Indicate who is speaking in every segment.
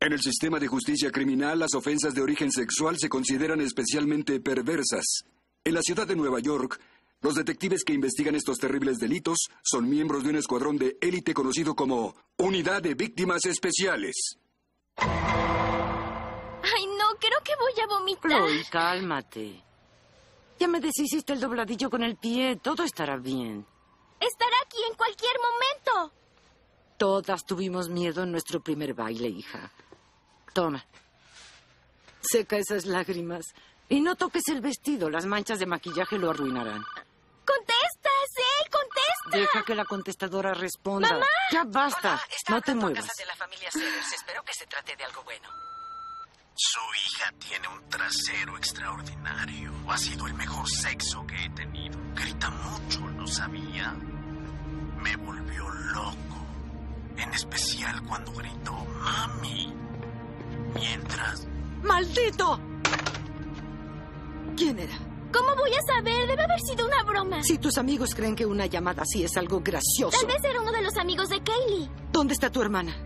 Speaker 1: En el sistema de justicia criminal, las ofensas de origen sexual se consideran especialmente perversas. En la ciudad de Nueva York, los detectives que investigan estos terribles delitos son miembros de un escuadrón de élite conocido como Unidad de Víctimas Especiales.
Speaker 2: Ay, no, creo que voy a vomitar.
Speaker 3: Chloe, cálmate. Ya me deshiciste el dobladillo con el pie. Todo estará bien.
Speaker 2: Estará aquí en cualquier momento.
Speaker 3: Todas tuvimos miedo en nuestro primer baile, hija. Toma. Seca esas lágrimas. Y no toques el vestido. Las manchas de maquillaje lo arruinarán.
Speaker 2: ¡Contesta, sí! ¡Contesta!
Speaker 3: Deja que la contestadora responda.
Speaker 2: ¡Mamá!
Speaker 3: Ya basta.
Speaker 4: Hola, está
Speaker 3: no te
Speaker 4: hablando a
Speaker 3: muevas.
Speaker 4: casa de la familia Sellers. Espero que se trate de algo bueno.
Speaker 5: Su hija tiene un trasero extraordinario. Ha sido el mejor sexo que he tenido. Grita mucho, ¿no sabía? Me volvió loco. En especial cuando gritó mami. Mientras
Speaker 3: ¡Maldito! ¿Quién era?
Speaker 2: ¿Cómo voy a saber? Debe haber sido una broma.
Speaker 3: Si tus amigos creen que una llamada así es algo gracioso,
Speaker 2: Tal vez era uno de los amigos de Kaylee.
Speaker 3: ¿dónde está tu hermana?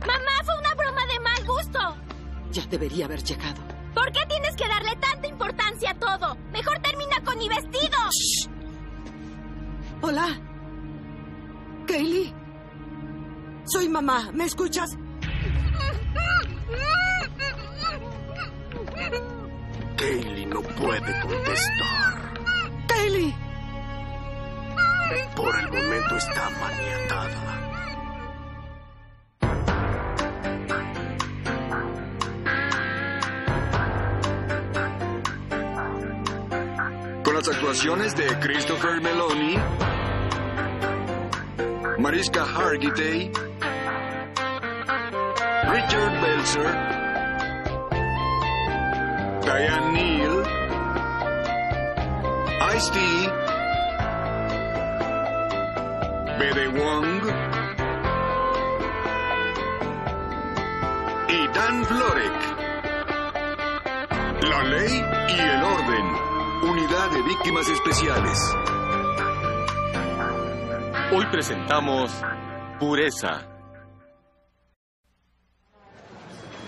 Speaker 2: Mamá, fue una broma de mal gusto.
Speaker 3: Ya debería haber llegado.
Speaker 2: ¿Por qué tienes que darle tanta importancia a todo? Mejor termina con mi vestido.
Speaker 3: Hola. Kaylee. Soy mamá. ¿Me escuchas?
Speaker 5: Kaylee no puede contestar.
Speaker 3: Kaylee.
Speaker 5: Por el momento está maniatada.
Speaker 1: Con las actuaciones de Christopher Meloni, Mariska Hargitay, Richard Belzer, Diane Neal, Ice-T, Bede Wong y Dan Florek. La ley y el orden. Unidad de víctimas especiales.
Speaker 6: Hoy presentamos Pureza.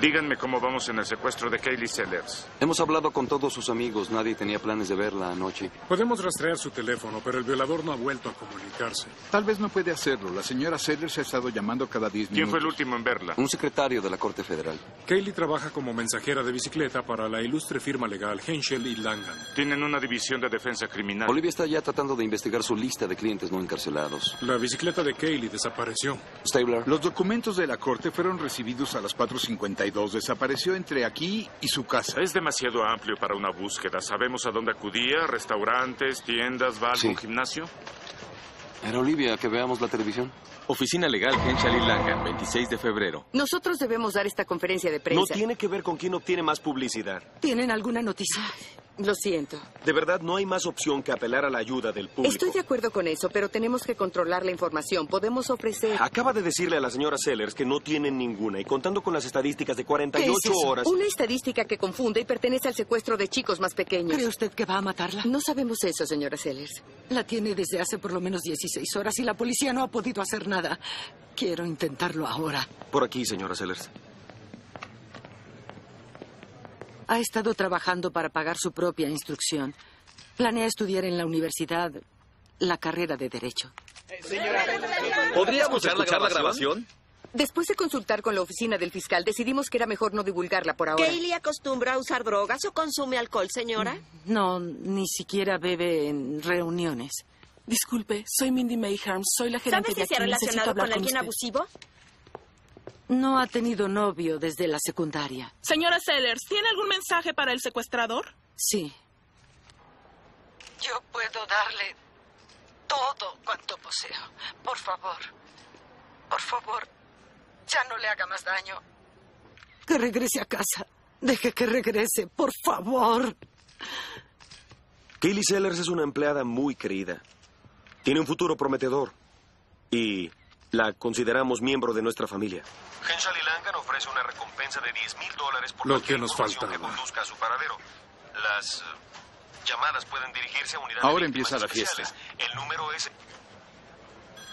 Speaker 7: Díganme cómo vamos en el secuestro de Kaylee Sellers.
Speaker 8: Hemos hablado con todos sus amigos, nadie tenía planes de verla anoche.
Speaker 9: Podemos rastrear su teléfono, pero el violador no ha vuelto a comunicarse.
Speaker 10: Tal vez no puede hacerlo. La señora Sellers ha estado llamando cada 10 minutos.
Speaker 7: ¿Quién fue el último en verla?
Speaker 8: Un secretario de la Corte Federal.
Speaker 9: Kaylee trabaja como mensajera de bicicleta para la ilustre firma legal Henschel y Langan.
Speaker 7: Tienen una división de defensa criminal.
Speaker 8: Olivia está ya tratando de investigar su lista de clientes no encarcelados.
Speaker 9: La bicicleta de Kaylee desapareció.
Speaker 8: Stabler,
Speaker 10: Los documentos de la corte fueron recibidos a las 4.52. Desapareció entre aquí y su casa.
Speaker 7: Es demasiado amplio para una búsqueda. Sabemos a dónde acudía, restaurantes, tiendas, bar,
Speaker 8: Sí.
Speaker 7: un gimnasio.
Speaker 8: era Olivia, que veamos la televisión.
Speaker 6: Oficina Legal Henschel y Langan, 26 de febrero.
Speaker 4: Nosotros debemos dar esta conferencia de prensa.
Speaker 5: que ver con quién obtiene más publicidad.
Speaker 3: ¿Tienen alguna noticia?
Speaker 4: Ah, Lo siento.
Speaker 5: De verdad, no hay más opción que apelar a la ayuda del
Speaker 4: Estoy de acuerdo con eso, pero tenemos que controlar la información. Podemos ofrecer
Speaker 5: Acaba de decirle a la señora Sellers que no tienen ninguna y contando con las estadísticas de
Speaker 4: ¿Qué
Speaker 5: 48
Speaker 4: es eso?
Speaker 5: horas...
Speaker 4: una estadística que confunde y pertenece al secuestro de chicos más pequeños.
Speaker 3: ¿Cree usted que va a matarla?
Speaker 4: No sabemos eso, señora Sellers.
Speaker 3: La tiene desde hace por lo menos 16 horas y la policía no ha podido hacer nada. Quiero intentarlo ahora.
Speaker 5: Por aquí, señora Sellers.
Speaker 3: Ha estado trabajando para pagar su propia instrucción. Planea estudiar en la universidad la carrera de Derecho.
Speaker 6: ¿Podríamos escuchar la grabación?
Speaker 4: Después de consultar con la oficina del fiscal, decidimos que era mejor no divulgarla por ahora.
Speaker 11: Kaylee acostumbra a usar drogas o consume alcohol, señora.
Speaker 3: No, ni siquiera bebe en reuniones.
Speaker 12: Disculpe, soy Mindy May Harms, soy la gerente
Speaker 11: ¿Sabes
Speaker 12: de
Speaker 11: si se ha
Speaker 12: aquí. Necesito
Speaker 11: relacionado
Speaker 12: hablar
Speaker 11: con alguien
Speaker 12: usted.
Speaker 11: abusivo?
Speaker 3: No ha tenido novio desde la secundaria.
Speaker 12: Señora Sellers, ¿tiene algún mensaje para el secuestrador?
Speaker 3: Sí.
Speaker 4: Yo puedo darle todo cuanto poseo. Por favor. Por favor. Ya no le haga más daño.
Speaker 3: Que regrese a casa. Deje que regrese, por favor.
Speaker 5: Kaylee Sellers es una empleada muy querida. Tiene un futuro prometedor. Y la consideramos miembro de nuestra familia. Henschel y Langan ofrece una recompensa de 10 mil dólares por
Speaker 9: Lo
Speaker 5: cualquier
Speaker 9: que nos
Speaker 5: información
Speaker 9: faltaba.
Speaker 5: que conduzca a su paradero. Las eh, llamadas pueden dirigirse a unidad de
Speaker 10: Ahora
Speaker 5: víctimas
Speaker 10: empieza la
Speaker 5: especiales. El número es...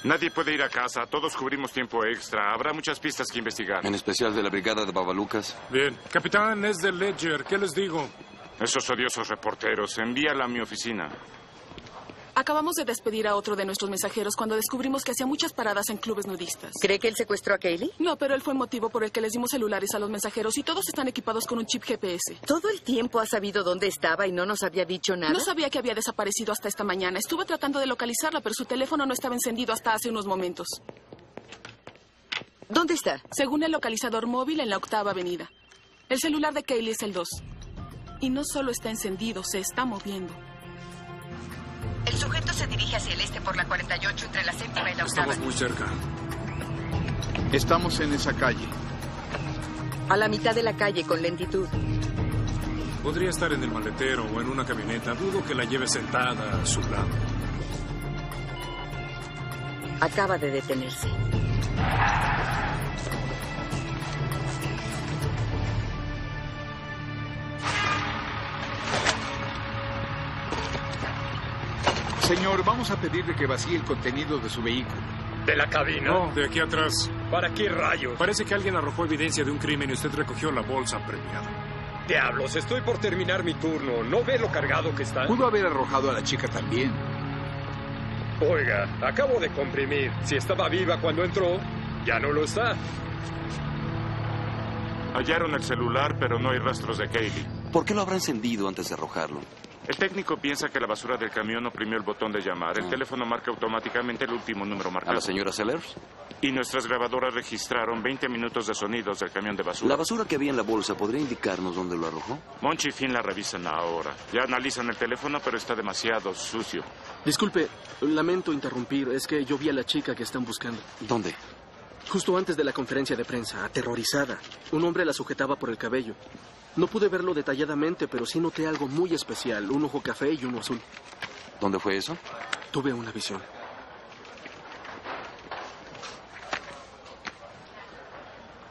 Speaker 7: Nadie puede ir a casa, todos cubrimos tiempo extra. Habrá muchas pistas que investigar.
Speaker 8: En especial de la brigada de Babalucas.
Speaker 7: Bien. Capitán, es de Ledger. ¿Qué les digo? Esos odiosos reporteros. Envíala a mi oficina.
Speaker 12: Acabamos de despedir a otro de nuestros mensajeros cuando descubrimos que hacía muchas paradas en clubes nudistas.
Speaker 13: ¿Cree que él secuestró a Kaylee?
Speaker 12: No, pero él fue el motivo por el que les dimos celulares a los mensajeros y todos están equipados con un chip GPS.
Speaker 13: ¿Todo el tiempo ha sabido dónde estaba y no nos había dicho nada?
Speaker 12: No sabía que había desaparecido hasta esta mañana. Estuve tratando de localizarla, pero su teléfono no estaba encendido hasta hace unos momentos.
Speaker 13: ¿Dónde está?
Speaker 12: Según el localizador móvil, en la octava avenida. El celular de Kaylee es el 2. Y no solo está encendido, se está moviendo.
Speaker 13: El sujeto se dirige hacia el este por la 48 entre la séptima y la octava.
Speaker 10: Estamos muy cerca. Estamos en esa calle.
Speaker 13: A la mitad de la calle con lentitud.
Speaker 9: Podría estar en el maletero o en una camioneta. Dudo que la lleve sentada a su lado.
Speaker 13: Acaba de detenerse.
Speaker 10: Señor, vamos a pedirle que vacíe el contenido de su vehículo.
Speaker 14: ¿De la cabina?
Speaker 9: No, de aquí atrás.
Speaker 14: ¿Para qué rayos?
Speaker 9: Parece que alguien arrojó evidencia de un crimen y usted recogió la bolsa premiada.
Speaker 14: Diablos, estoy por terminar mi turno. ¿No ve lo cargado que está?
Speaker 10: Pudo haber arrojado a la chica también.
Speaker 14: Oiga, acabo de comprimir. Si estaba viva cuando entró, ya no lo está.
Speaker 7: Hallaron el celular, pero no hay rastros de Kaylee.
Speaker 8: ¿Por qué lo habrá encendido antes de arrojarlo?
Speaker 7: El técnico piensa que la basura del camión oprimió el botón de llamar. El teléfono marca automáticamente el último número
Speaker 8: Ah. ¿A
Speaker 7: marcado.
Speaker 8: la señora Sellers?
Speaker 7: Y nuestras grabadoras registraron 20 minutos de sonidos del camión de basura.
Speaker 8: La basura que había en la bolsa, ¿podría indicarnos dónde lo arrojó?
Speaker 7: Monchi y Finn la revisan ahora. Ya analizan el teléfono, pero está demasiado sucio.
Speaker 15: Disculpe, lamento interrumpir. Es que yo vi a la chica que están buscando.
Speaker 8: ¿Dónde?
Speaker 15: Justo antes de la conferencia de prensa, aterrorizada. Un hombre la sujetaba por el cabello. No pude verlo detalladamente, pero sí noté algo muy especial. Un ojo café y uno azul.
Speaker 8: ¿Dónde fue eso?
Speaker 15: Tuve una visión.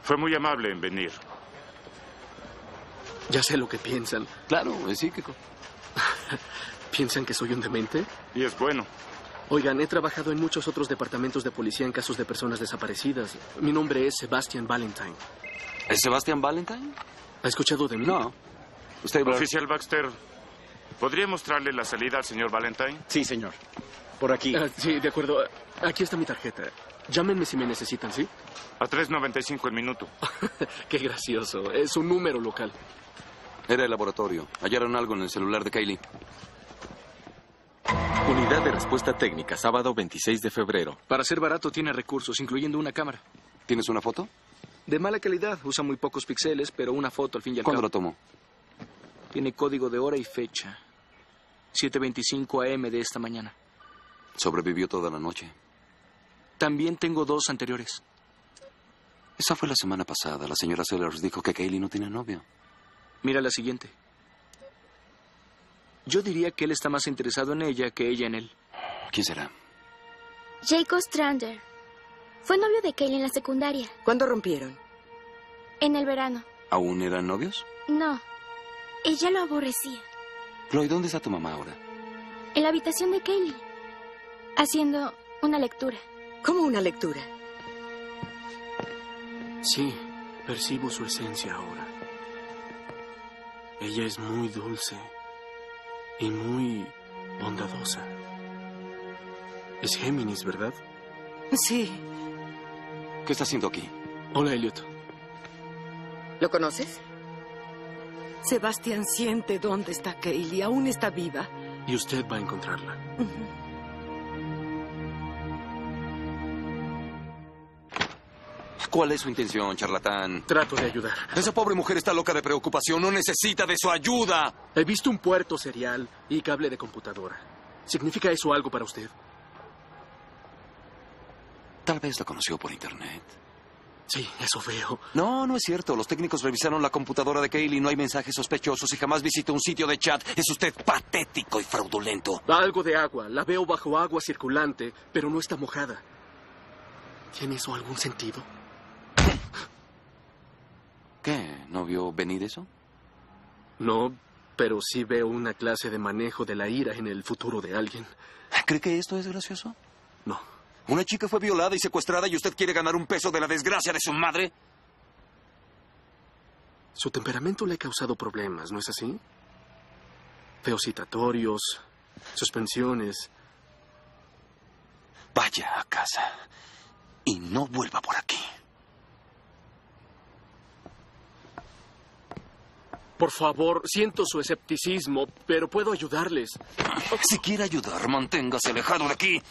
Speaker 7: Fue muy amable en venir.
Speaker 15: Ya sé lo que piensan.
Speaker 8: Claro, es psíquico.
Speaker 15: ¿Piensan que soy un demente?
Speaker 7: Y es bueno.
Speaker 15: Oigan, he trabajado en muchos otros departamentos de policía en casos de personas desaparecidas. Mi nombre es Sebastian Valentine.
Speaker 8: ¿Es Sebastian Valentine?
Speaker 15: ¿Ha escuchado de mí?
Speaker 8: No.
Speaker 7: Oficial Baxter, ¿podría mostrarle la salida al señor Valentine?
Speaker 15: Sí, señor.
Speaker 14: Por aquí.
Speaker 15: Ah, sí, de acuerdo. Aquí está mi tarjeta. Llámenme si me necesitan, ¿sí?
Speaker 7: A 3.95 el minuto.
Speaker 15: Qué gracioso. Es un número local.
Speaker 8: Era el laboratorio. Hallaron algo en el celular de Kylie.
Speaker 6: Unidad de respuesta técnica, sábado 26 de febrero.
Speaker 15: Para ser barato tiene recursos, incluyendo una cámara.
Speaker 8: ¿Tienes una foto?
Speaker 15: De mala calidad, usa muy pocos píxeles, pero una foto al fin y al
Speaker 8: ¿Cuándo
Speaker 15: cabo.
Speaker 8: lo tomó?
Speaker 15: Tiene código de hora y fecha. 7.25 am de esta mañana.
Speaker 8: Sobrevivió toda la noche.
Speaker 15: También tengo dos anteriores.
Speaker 8: Esa fue la semana pasada. La señora Sellers dijo que Kaylee no tiene novio.
Speaker 15: Mira la siguiente. Yo diría que él está más interesado en ella que ella en él.
Speaker 8: ¿Quién será?
Speaker 2: Jacob Strander. Fue novio de Kaylee en la secundaria.
Speaker 13: ¿Cuándo rompieron?
Speaker 2: En el verano.
Speaker 8: ¿Aún eran novios?
Speaker 2: No. Ella lo aborrecía.
Speaker 8: Chloe, ¿dónde está tu mamá ahora?
Speaker 2: En la habitación de Kaylee. Haciendo una lectura.
Speaker 13: ¿Cómo una lectura?
Speaker 15: Sí, percibo su esencia ahora. Ella es muy dulce y muy bondadosa. Es Géminis, ¿verdad?
Speaker 3: Sí.
Speaker 8: ¿Qué está haciendo aquí?
Speaker 15: Hola, Elliot.
Speaker 13: ¿Lo conoces?
Speaker 3: Sebastián siente dónde está Kaylee. Aún está viva.
Speaker 15: Y usted va a encontrarla.
Speaker 8: ¿Cuál es su intención, charlatán?
Speaker 15: Trato de ayudar.
Speaker 8: Esa pobre mujer está loca de preocupación. No necesita de su ayuda.
Speaker 15: He visto un puerto serial y cable de computadora. ¿Significa eso algo para usted?
Speaker 8: Tal vez la conoció por internet.
Speaker 15: Sí, eso veo.
Speaker 8: No, no es cierto. Los técnicos revisaron la computadora de Kaylee. No hay mensajes sospechosos y jamás visitó un sitio de chat. Es usted patético y fraudulento.
Speaker 15: Algo de agua. La veo bajo agua circulante, pero no está mojada. ¿Tiene eso algún sentido?
Speaker 8: ¿Qué? ¿No vio venir eso?
Speaker 15: No, pero sí veo una clase de manejo de la ira en el futuro de alguien.
Speaker 8: ¿Cree que esto es gracioso?
Speaker 15: No.
Speaker 8: Una chica fue violada y secuestrada y usted quiere ganar un peso de la desgracia de su madre.
Speaker 15: Su temperamento le ha causado problemas, ¿no es así? Feos citatorios, suspensiones.
Speaker 8: Vaya a casa y no vuelva por aquí.
Speaker 15: Por favor, siento su escepticismo, pero puedo ayudarles.
Speaker 8: Si quiere ayudar, manténgase alejado de aquí.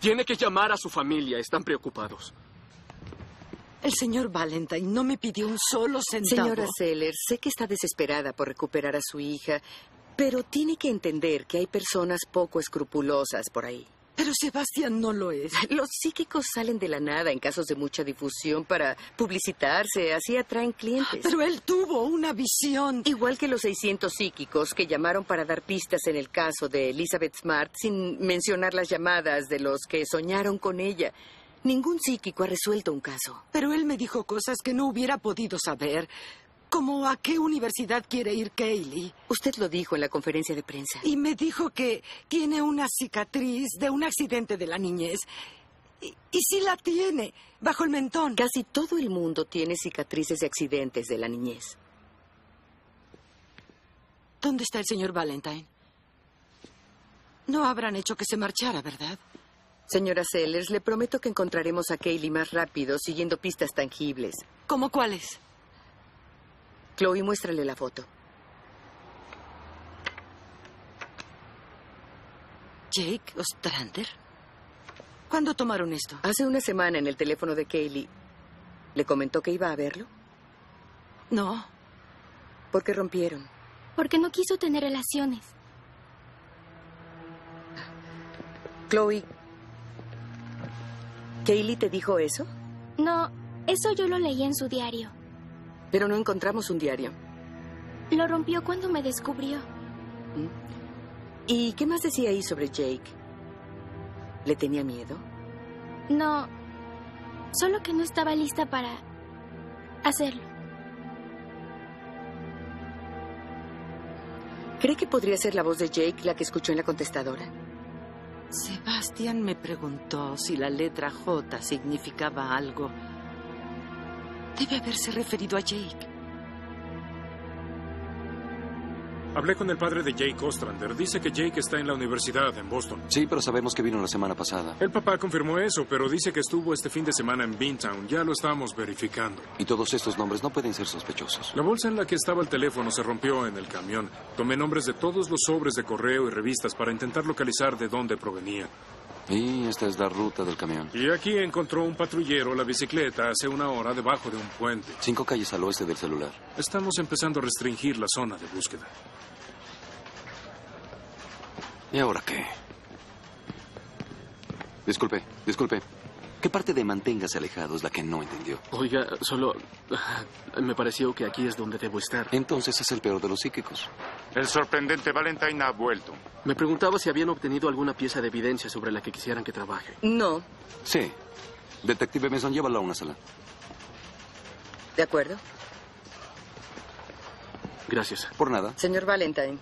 Speaker 15: Tiene que llamar a su familia, están preocupados.
Speaker 3: El señor Valentine no me pidió un solo centavo.
Speaker 13: Señora Seller, sé que está desesperada por recuperar a su hija, pero tiene que entender que hay personas poco escrupulosas por ahí.
Speaker 3: Pero Sebastián no lo es.
Speaker 13: Los psíquicos salen de la nada en casos de mucha difusión para publicitarse, así atraen clientes.
Speaker 3: Pero él tuvo una visión.
Speaker 13: Igual que los 600 psíquicos que llamaron para dar pistas en el caso de Elizabeth Smart, sin mencionar las llamadas de los que soñaron con ella. Ningún psíquico ha resuelto un caso.
Speaker 3: Pero él me dijo cosas que no hubiera podido saber. Como a qué universidad quiere ir Kaylee.
Speaker 13: Usted lo dijo en la conferencia de prensa.
Speaker 3: Y me dijo que tiene una cicatriz de un accidente de la niñez. Y, y sí la tiene, bajo el mentón.
Speaker 13: Casi todo el mundo tiene cicatrices de accidentes de la niñez.
Speaker 3: ¿Dónde está el señor Valentine? No habrán hecho que se marchara, ¿verdad?
Speaker 13: Señora Sellers, le prometo que encontraremos a Kaylee más rápido siguiendo pistas tangibles.
Speaker 3: ¿Cómo cuáles?
Speaker 13: Chloe, muéstrale la foto.
Speaker 3: ¿Jake Ostrander? ¿Cuándo tomaron esto?
Speaker 13: Hace una semana en el teléfono de Kaylee. ¿Le comentó que iba a verlo?
Speaker 3: No.
Speaker 13: ¿Por qué rompieron?
Speaker 2: Porque no quiso tener relaciones.
Speaker 13: Chloe, ¿Kaylee te dijo eso?
Speaker 2: No, eso yo lo leí en su diario.
Speaker 13: Pero no encontramos un diario.
Speaker 2: Lo rompió cuando me descubrió.
Speaker 13: ¿Y qué más decía ahí sobre Jake? ¿Le tenía miedo?
Speaker 2: No, solo que no estaba lista para hacerlo.
Speaker 13: ¿Cree que podría ser la voz de Jake la que escuchó en la contestadora?
Speaker 3: Sebastián me preguntó si la letra J significaba algo. Debe haberse referido a Jake.
Speaker 9: Hablé con el padre de Jake Ostrander. Dice que Jake está en la universidad en Boston.
Speaker 8: Sí, pero sabemos que vino la semana pasada.
Speaker 9: El papá confirmó eso, pero dice que estuvo este fin de semana en Beantown. Ya lo estamos verificando.
Speaker 8: Y todos estos nombres no pueden ser sospechosos.
Speaker 9: La bolsa en la que estaba el teléfono se rompió en el camión. Tomé nombres de todos los sobres de correo y revistas para intentar localizar de dónde provenía.
Speaker 8: Y esta es la ruta del camión.
Speaker 9: Y aquí encontró un patrullero la bicicleta hace una hora debajo de un puente.
Speaker 8: Cinco calles al oeste del celular.
Speaker 9: Estamos empezando a restringir la zona de búsqueda.
Speaker 8: ¿Y ahora qué? Disculpe, disculpe. ¿Qué parte de manténgase alejado es la que no entendió?
Speaker 15: Oiga, solo me pareció que aquí es donde debo estar.
Speaker 8: Entonces es el peor de los psíquicos.
Speaker 7: El sorprendente Valentine ha vuelto.
Speaker 15: Me preguntaba si habían obtenido alguna pieza de evidencia sobre la que quisieran que trabaje.
Speaker 13: No.
Speaker 8: Sí. Detective Mason, llévala a una sala.
Speaker 13: De acuerdo.
Speaker 15: Gracias.
Speaker 8: Por nada.
Speaker 13: Señor Valentine.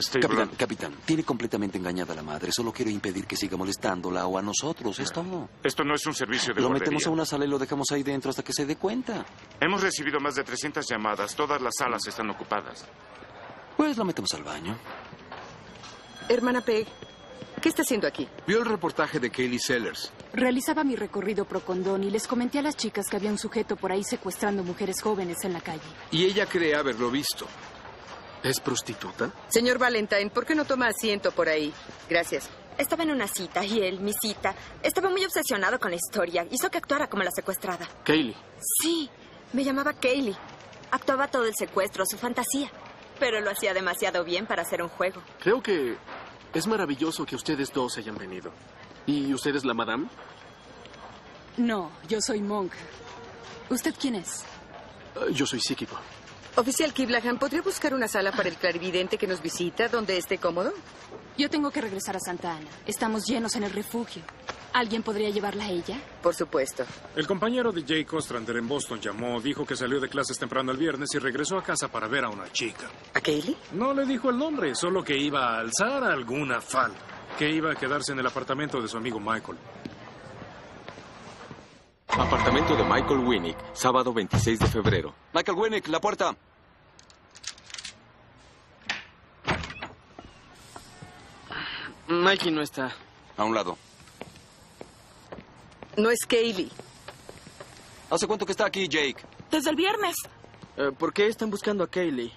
Speaker 7: Steve
Speaker 8: capitán,
Speaker 7: Brown.
Speaker 8: capitán, tiene completamente engañada a la madre. Solo quiero impedir que siga molestándola o a nosotros. Es todo.
Speaker 7: Esto no es un servicio de
Speaker 8: Lo
Speaker 7: guardería.
Speaker 8: metemos a una sala y lo dejamos ahí dentro hasta que se dé cuenta.
Speaker 7: Hemos recibido más de 300 llamadas. Todas las salas están ocupadas.
Speaker 8: Pues lo metemos al baño.
Speaker 13: Hermana Peg, ¿qué está haciendo aquí?
Speaker 10: Vio el reportaje de Kaylee Sellers.
Speaker 16: Realizaba mi recorrido pro condón y les comenté a las chicas que había un sujeto por ahí secuestrando mujeres jóvenes en la calle.
Speaker 10: Y ella cree haberlo visto.
Speaker 15: ¿Es prostituta?
Speaker 13: Señor Valentine, ¿por qué no toma asiento por ahí? Gracias.
Speaker 17: Estaba en una cita y él, mi cita, estaba muy obsesionado con la historia. Hizo que actuara como la secuestrada.
Speaker 15: Kaylee.
Speaker 17: Sí, me llamaba Kaylee. Actuaba todo el secuestro, su fantasía. Pero lo hacía demasiado bien para hacer un juego.
Speaker 15: Creo que es maravilloso que ustedes dos hayan venido. ¿Y usted es la madame?
Speaker 16: No, yo soy Monk. ¿Usted quién es?
Speaker 15: Eh, Yo soy psíquico.
Speaker 13: Oficial Kiblahan, ¿podría buscar una sala para el clarividente que nos visita donde esté cómodo?
Speaker 16: Yo tengo que regresar a Santa Ana. Estamos llenos en el refugio. ¿Alguien podría llevarla a ella?
Speaker 13: Por supuesto.
Speaker 9: El compañero de Jay Costrander en Boston llamó, dijo que salió de clases temprano el viernes y regresó a casa para ver a una chica.
Speaker 13: ¿A Kaylee?
Speaker 9: No le dijo el nombre, solo que iba a alzar alguna falda. Que iba a quedarse en el apartamento de su amigo Michael.
Speaker 6: Apartamento de Michael Winnick, sábado 26 de febrero.
Speaker 8: Michael Winnick, la puerta.
Speaker 15: Mikey no está.
Speaker 8: A un lado.
Speaker 13: No es Kaylee.
Speaker 8: ¿Hace cuánto que está aquí, Jake?
Speaker 12: Desde el viernes.
Speaker 15: Eh, ¿Por qué están buscando a Kaylee?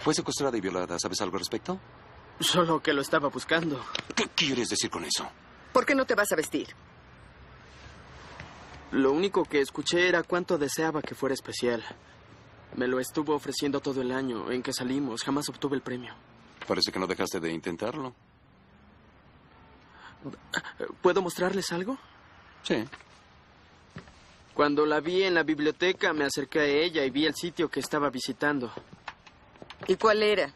Speaker 8: Fue secuestrada y violada. ¿Sabes algo al respecto?
Speaker 15: Solo que lo estaba buscando.
Speaker 8: ¿Qué quieres decir con eso?
Speaker 13: ¿Por qué no te vas a vestir?
Speaker 15: Lo único que escuché era cuánto deseaba que fuera especial. Me lo estuvo ofreciendo todo el año en que salimos. Jamás obtuve el premio.
Speaker 8: Parece que no dejaste de intentarlo.
Speaker 15: ¿Puedo mostrarles algo?
Speaker 8: Sí.
Speaker 15: Cuando la vi en la biblioteca me acerqué a ella y vi el sitio que estaba visitando.
Speaker 13: ¿Y cuál era?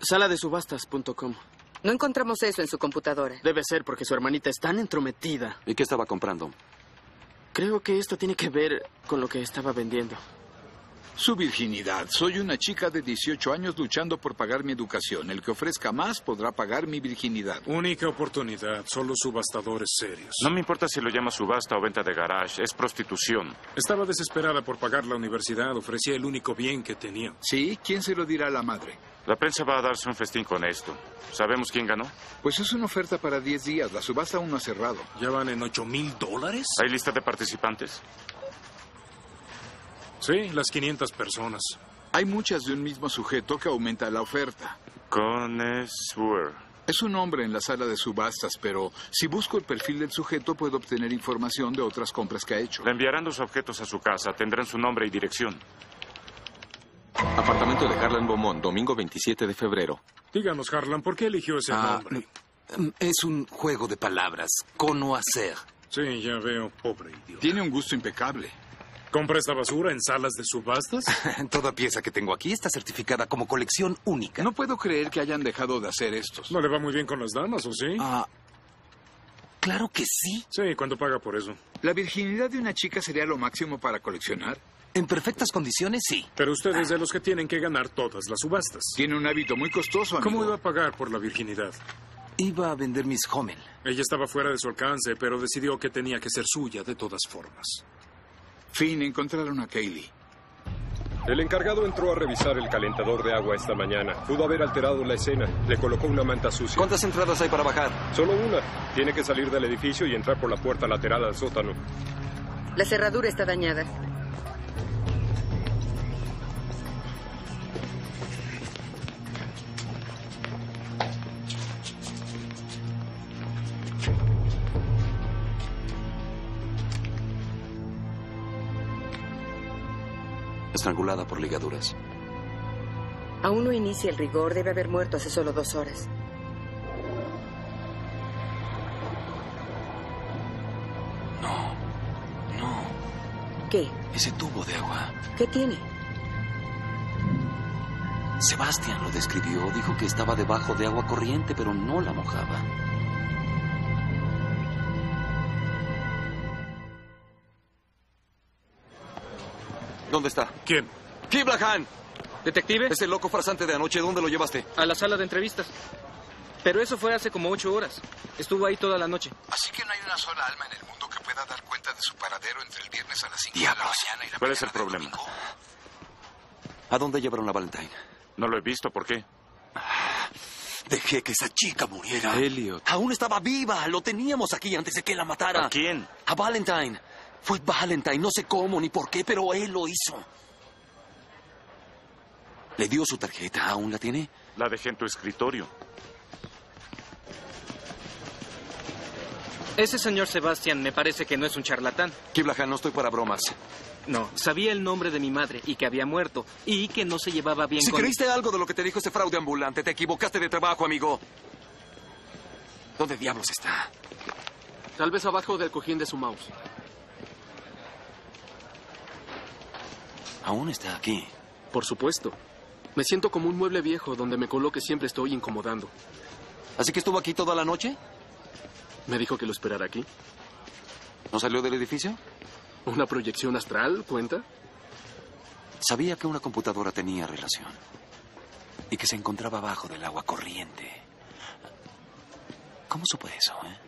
Speaker 15: Saladesubastas.com.
Speaker 13: No encontramos eso en su computadora.
Speaker 15: Debe ser porque su hermanita es tan entrometida.
Speaker 8: ¿Y qué estaba comprando?
Speaker 15: Creo que esto tiene que ver con lo que estaba vendiendo.
Speaker 10: Su virginidad. Soy una chica de 18 años luchando por pagar mi educación. El que ofrezca más podrá pagar mi virginidad.
Speaker 9: Única oportunidad, solo subastadores serios.
Speaker 7: No me importa si lo llama subasta o venta de garage, es prostitución.
Speaker 9: Estaba desesperada por pagar la universidad, ofrecía el único bien que tenía.
Speaker 10: ¿Sí? ¿Quién se lo dirá a la madre?
Speaker 7: La prensa va a darse un festín con esto. ¿Sabemos quién ganó?
Speaker 10: Pues es una oferta para 10 días. La subasta aún no ha cerrado.
Speaker 9: ¿Ya van en 8 mil dólares?
Speaker 7: ¿Hay lista de participantes?
Speaker 9: Sí, las 500 personas.
Speaker 10: Hay muchas de un mismo sujeto que aumenta la oferta.
Speaker 7: Connoisseur.
Speaker 10: Es un hombre en la sala de subastas, pero si busco el perfil del sujeto puedo obtener información de otras compras que ha hecho.
Speaker 7: Le enviarán los objetos a su casa, tendrán su nombre y dirección.
Speaker 6: Apartamento de Harlan Beaumont, domingo 27 de febrero.
Speaker 9: Díganos, Harlan, ¿por qué eligió ese
Speaker 18: Ah,
Speaker 9: nombre?
Speaker 18: Es un juego de palabras. Conocer.
Speaker 9: Sí, ya veo, pobre idiota.
Speaker 10: Tiene un gusto impecable.
Speaker 9: ¿Compra esta basura en salas de subastas?
Speaker 18: Toda pieza que tengo aquí está certificada como colección única.
Speaker 10: No puedo creer que hayan dejado de hacer estos.
Speaker 9: ¿No le va muy bien con las damas, o sí?
Speaker 18: Ah, claro que sí.
Speaker 9: Sí, ¿cuánto paga por eso?
Speaker 10: ¿La virginidad de una chica sería lo máximo para coleccionar?
Speaker 18: En perfectas condiciones, sí.
Speaker 9: Pero usted es de los que tienen que ganar todas las subastas.
Speaker 10: Tiene un hábito muy costoso, amigo.
Speaker 9: ¿Cómo iba a pagar por la virginidad?
Speaker 18: Iba a vender mis Homel.
Speaker 9: Ella estaba fuera de su alcance, pero decidió que tenía que ser suya de todas formas.
Speaker 10: Fin, encontraron a Kaylee.
Speaker 14: El encargado entró a revisar el calentador de agua esta mañana. Pudo haber alterado la escena. Le colocó una manta sucia.
Speaker 8: ¿Cuántas entradas hay para bajar?
Speaker 14: Solo una. Tiene que salir del edificio y entrar por la puerta lateral al sótano.
Speaker 13: La cerradura está dañada.
Speaker 8: Estrangulada por ligaduras.
Speaker 13: Aún no inicia el rigor. Debe haber muerto hace solo dos horas.
Speaker 8: No, no.
Speaker 13: ¿Qué?
Speaker 8: Ese tubo de agua.
Speaker 13: ¿Qué tiene?
Speaker 8: Sebastián lo describió. Dijo que estaba debajo de agua corriente, pero no la mojaba. ¿Dónde está?
Speaker 9: ¿Quién?
Speaker 8: Kiblahan.
Speaker 19: ¿Detective?
Speaker 8: Ese loco farsante de anoche, ¿dónde lo llevaste?
Speaker 19: A la sala de entrevistas. Pero eso fue hace como ocho horas. Estuvo ahí toda la noche.
Speaker 8: Ah,
Speaker 5: Así que no hay una sola alma en el mundo que pueda dar cuenta de su paradero entre el viernes a las 5 de la
Speaker 8: Diablos.
Speaker 5: mañana y la
Speaker 7: ¿Cuál es el problema?
Speaker 8: ¿A dónde llevaron a Valentine?
Speaker 7: No lo he visto, ¿por qué?
Speaker 18: Dejé que esa chica muriera.
Speaker 8: Elliot.
Speaker 18: Aún estaba viva. Lo teníamos aquí antes de que la matara.
Speaker 7: ¿A quién?
Speaker 18: A Valentine. Fue Valentine. No sé cómo ni por qué, pero él lo hizo.
Speaker 8: Le dio su tarjeta. ¿Aún la tiene?
Speaker 7: La dejé en tu escritorio.
Speaker 19: Ese señor Sebastián me parece que no es un charlatán.
Speaker 8: Kiblahan, no estoy para bromas.
Speaker 19: No, sabía el nombre de mi madre y que había muerto y que no se llevaba bien
Speaker 8: Si
Speaker 19: con...
Speaker 8: creíste algo de lo que te dijo ese fraude ambulante, te equivocaste de trabajo, amigo. ¿Dónde diablos está?
Speaker 15: Tal vez abajo del cojín de su mouse.
Speaker 8: Aún está aquí.
Speaker 15: Por supuesto. Me siento como un mueble viejo donde me coloque siempre estoy incomodando.
Speaker 8: ¿Así que estuvo aquí toda la noche?
Speaker 15: Me dijo que lo esperara aquí.
Speaker 8: ¿No salió del edificio?
Speaker 15: ¿Una proyección astral cuenta?
Speaker 8: Sabía que una computadora tenía relación y que se encontraba abajo del agua corriente. ¿Cómo supo eso, eh?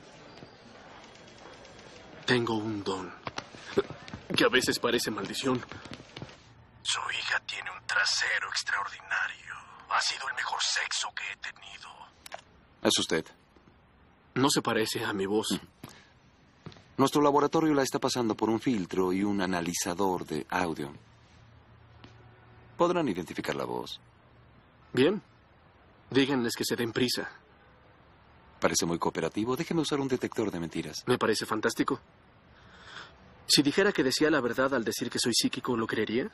Speaker 15: Tengo un don que a veces parece maldición.
Speaker 5: Su hija tiene un trasero extraordinario. Ha sido el mejor sexo que he tenido.
Speaker 8: Es usted.
Speaker 15: No se parece a mi voz.
Speaker 8: Mm, Nuestro laboratorio la está pasando por un filtro y un analizador de audio. Podrán identificar la voz.
Speaker 15: Bien. Díganles que se den prisa.
Speaker 8: Parece muy cooperativo. Déjeme usar un detector de mentiras.
Speaker 15: Me parece fantástico. Si dijera que decía la verdad al decir que soy psíquico, ¿lo creería?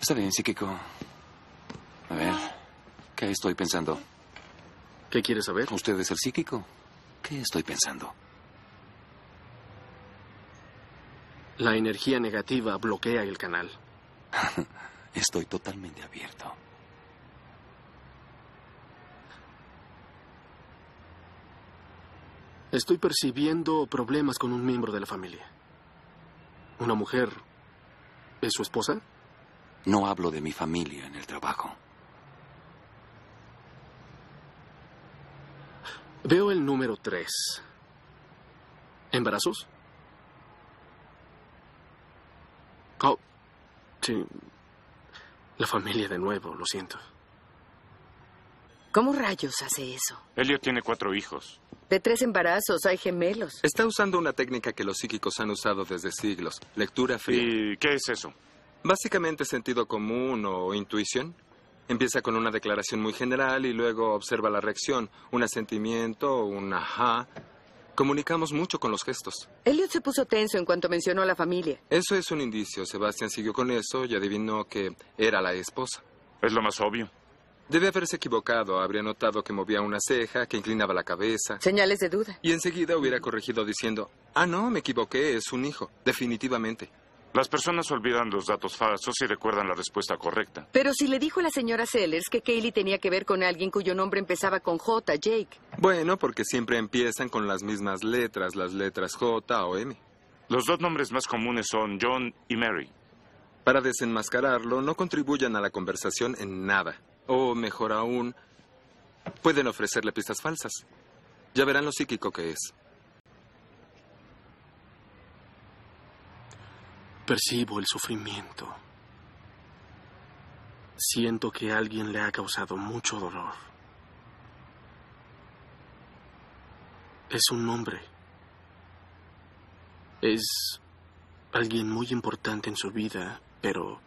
Speaker 8: Está bien, psíquico. A ver, ¿qué estoy pensando?
Speaker 15: ¿Qué quieres saber?
Speaker 8: ¿Usted es el psíquico? ¿Qué estoy pensando?
Speaker 15: La energía negativa bloquea el canal.
Speaker 8: estoy totalmente abierto.
Speaker 15: Estoy percibiendo problemas con un miembro de la familia. ¿Una mujer es su esposa?
Speaker 8: No hablo de mi familia en el trabajo.
Speaker 15: Veo el número 3. ¿Embarazos? Oh, sí. La familia de nuevo, lo siento.
Speaker 13: ¿Cómo rayos hace eso?
Speaker 7: Elliot tiene cuatro hijos.
Speaker 13: De tres embarazos hay gemelos.
Speaker 20: Está usando una técnica que los psíquicos han usado desde siglos, lectura fría.
Speaker 7: ¿Y qué es eso?
Speaker 20: Básicamente sentido común o intuición. Empieza con una declaración muy general y luego observa la reacción, un asentimiento, un ajá. Comunicamos mucho con los gestos.
Speaker 13: Elliot se puso tenso en cuanto mencionó a la familia.
Speaker 20: Eso es un indicio. Sebastián siguió con eso y adivinó que era la esposa.
Speaker 7: Es lo más obvio.
Speaker 20: Debe haberse equivocado. Habría notado que movía una ceja, que inclinaba la cabeza.
Speaker 13: Señales de duda.
Speaker 20: Y enseguida hubiera corregido diciendo, ah, no, me equivoqué, es un hijo, definitivamente.
Speaker 7: Las personas olvidan los datos falsos y recuerdan la respuesta correcta.
Speaker 13: Pero si le dijo a la señora Sellers que Kaylee tenía que ver con alguien cuyo nombre empezaba con J, Jake.
Speaker 20: Bueno, porque siempre empiezan con las mismas letras, las letras J o M.
Speaker 7: Los dos nombres más comunes son John y Mary.
Speaker 20: Para desenmascararlo, no contribuyan a la conversación en nada. O mejor aún, pueden ofrecerle pistas falsas. Ya verán lo psíquico que es.
Speaker 15: Percibo el sufrimiento. Siento que alguien le ha causado mucho dolor. Es un hombre. Es alguien muy importante en su vida, pero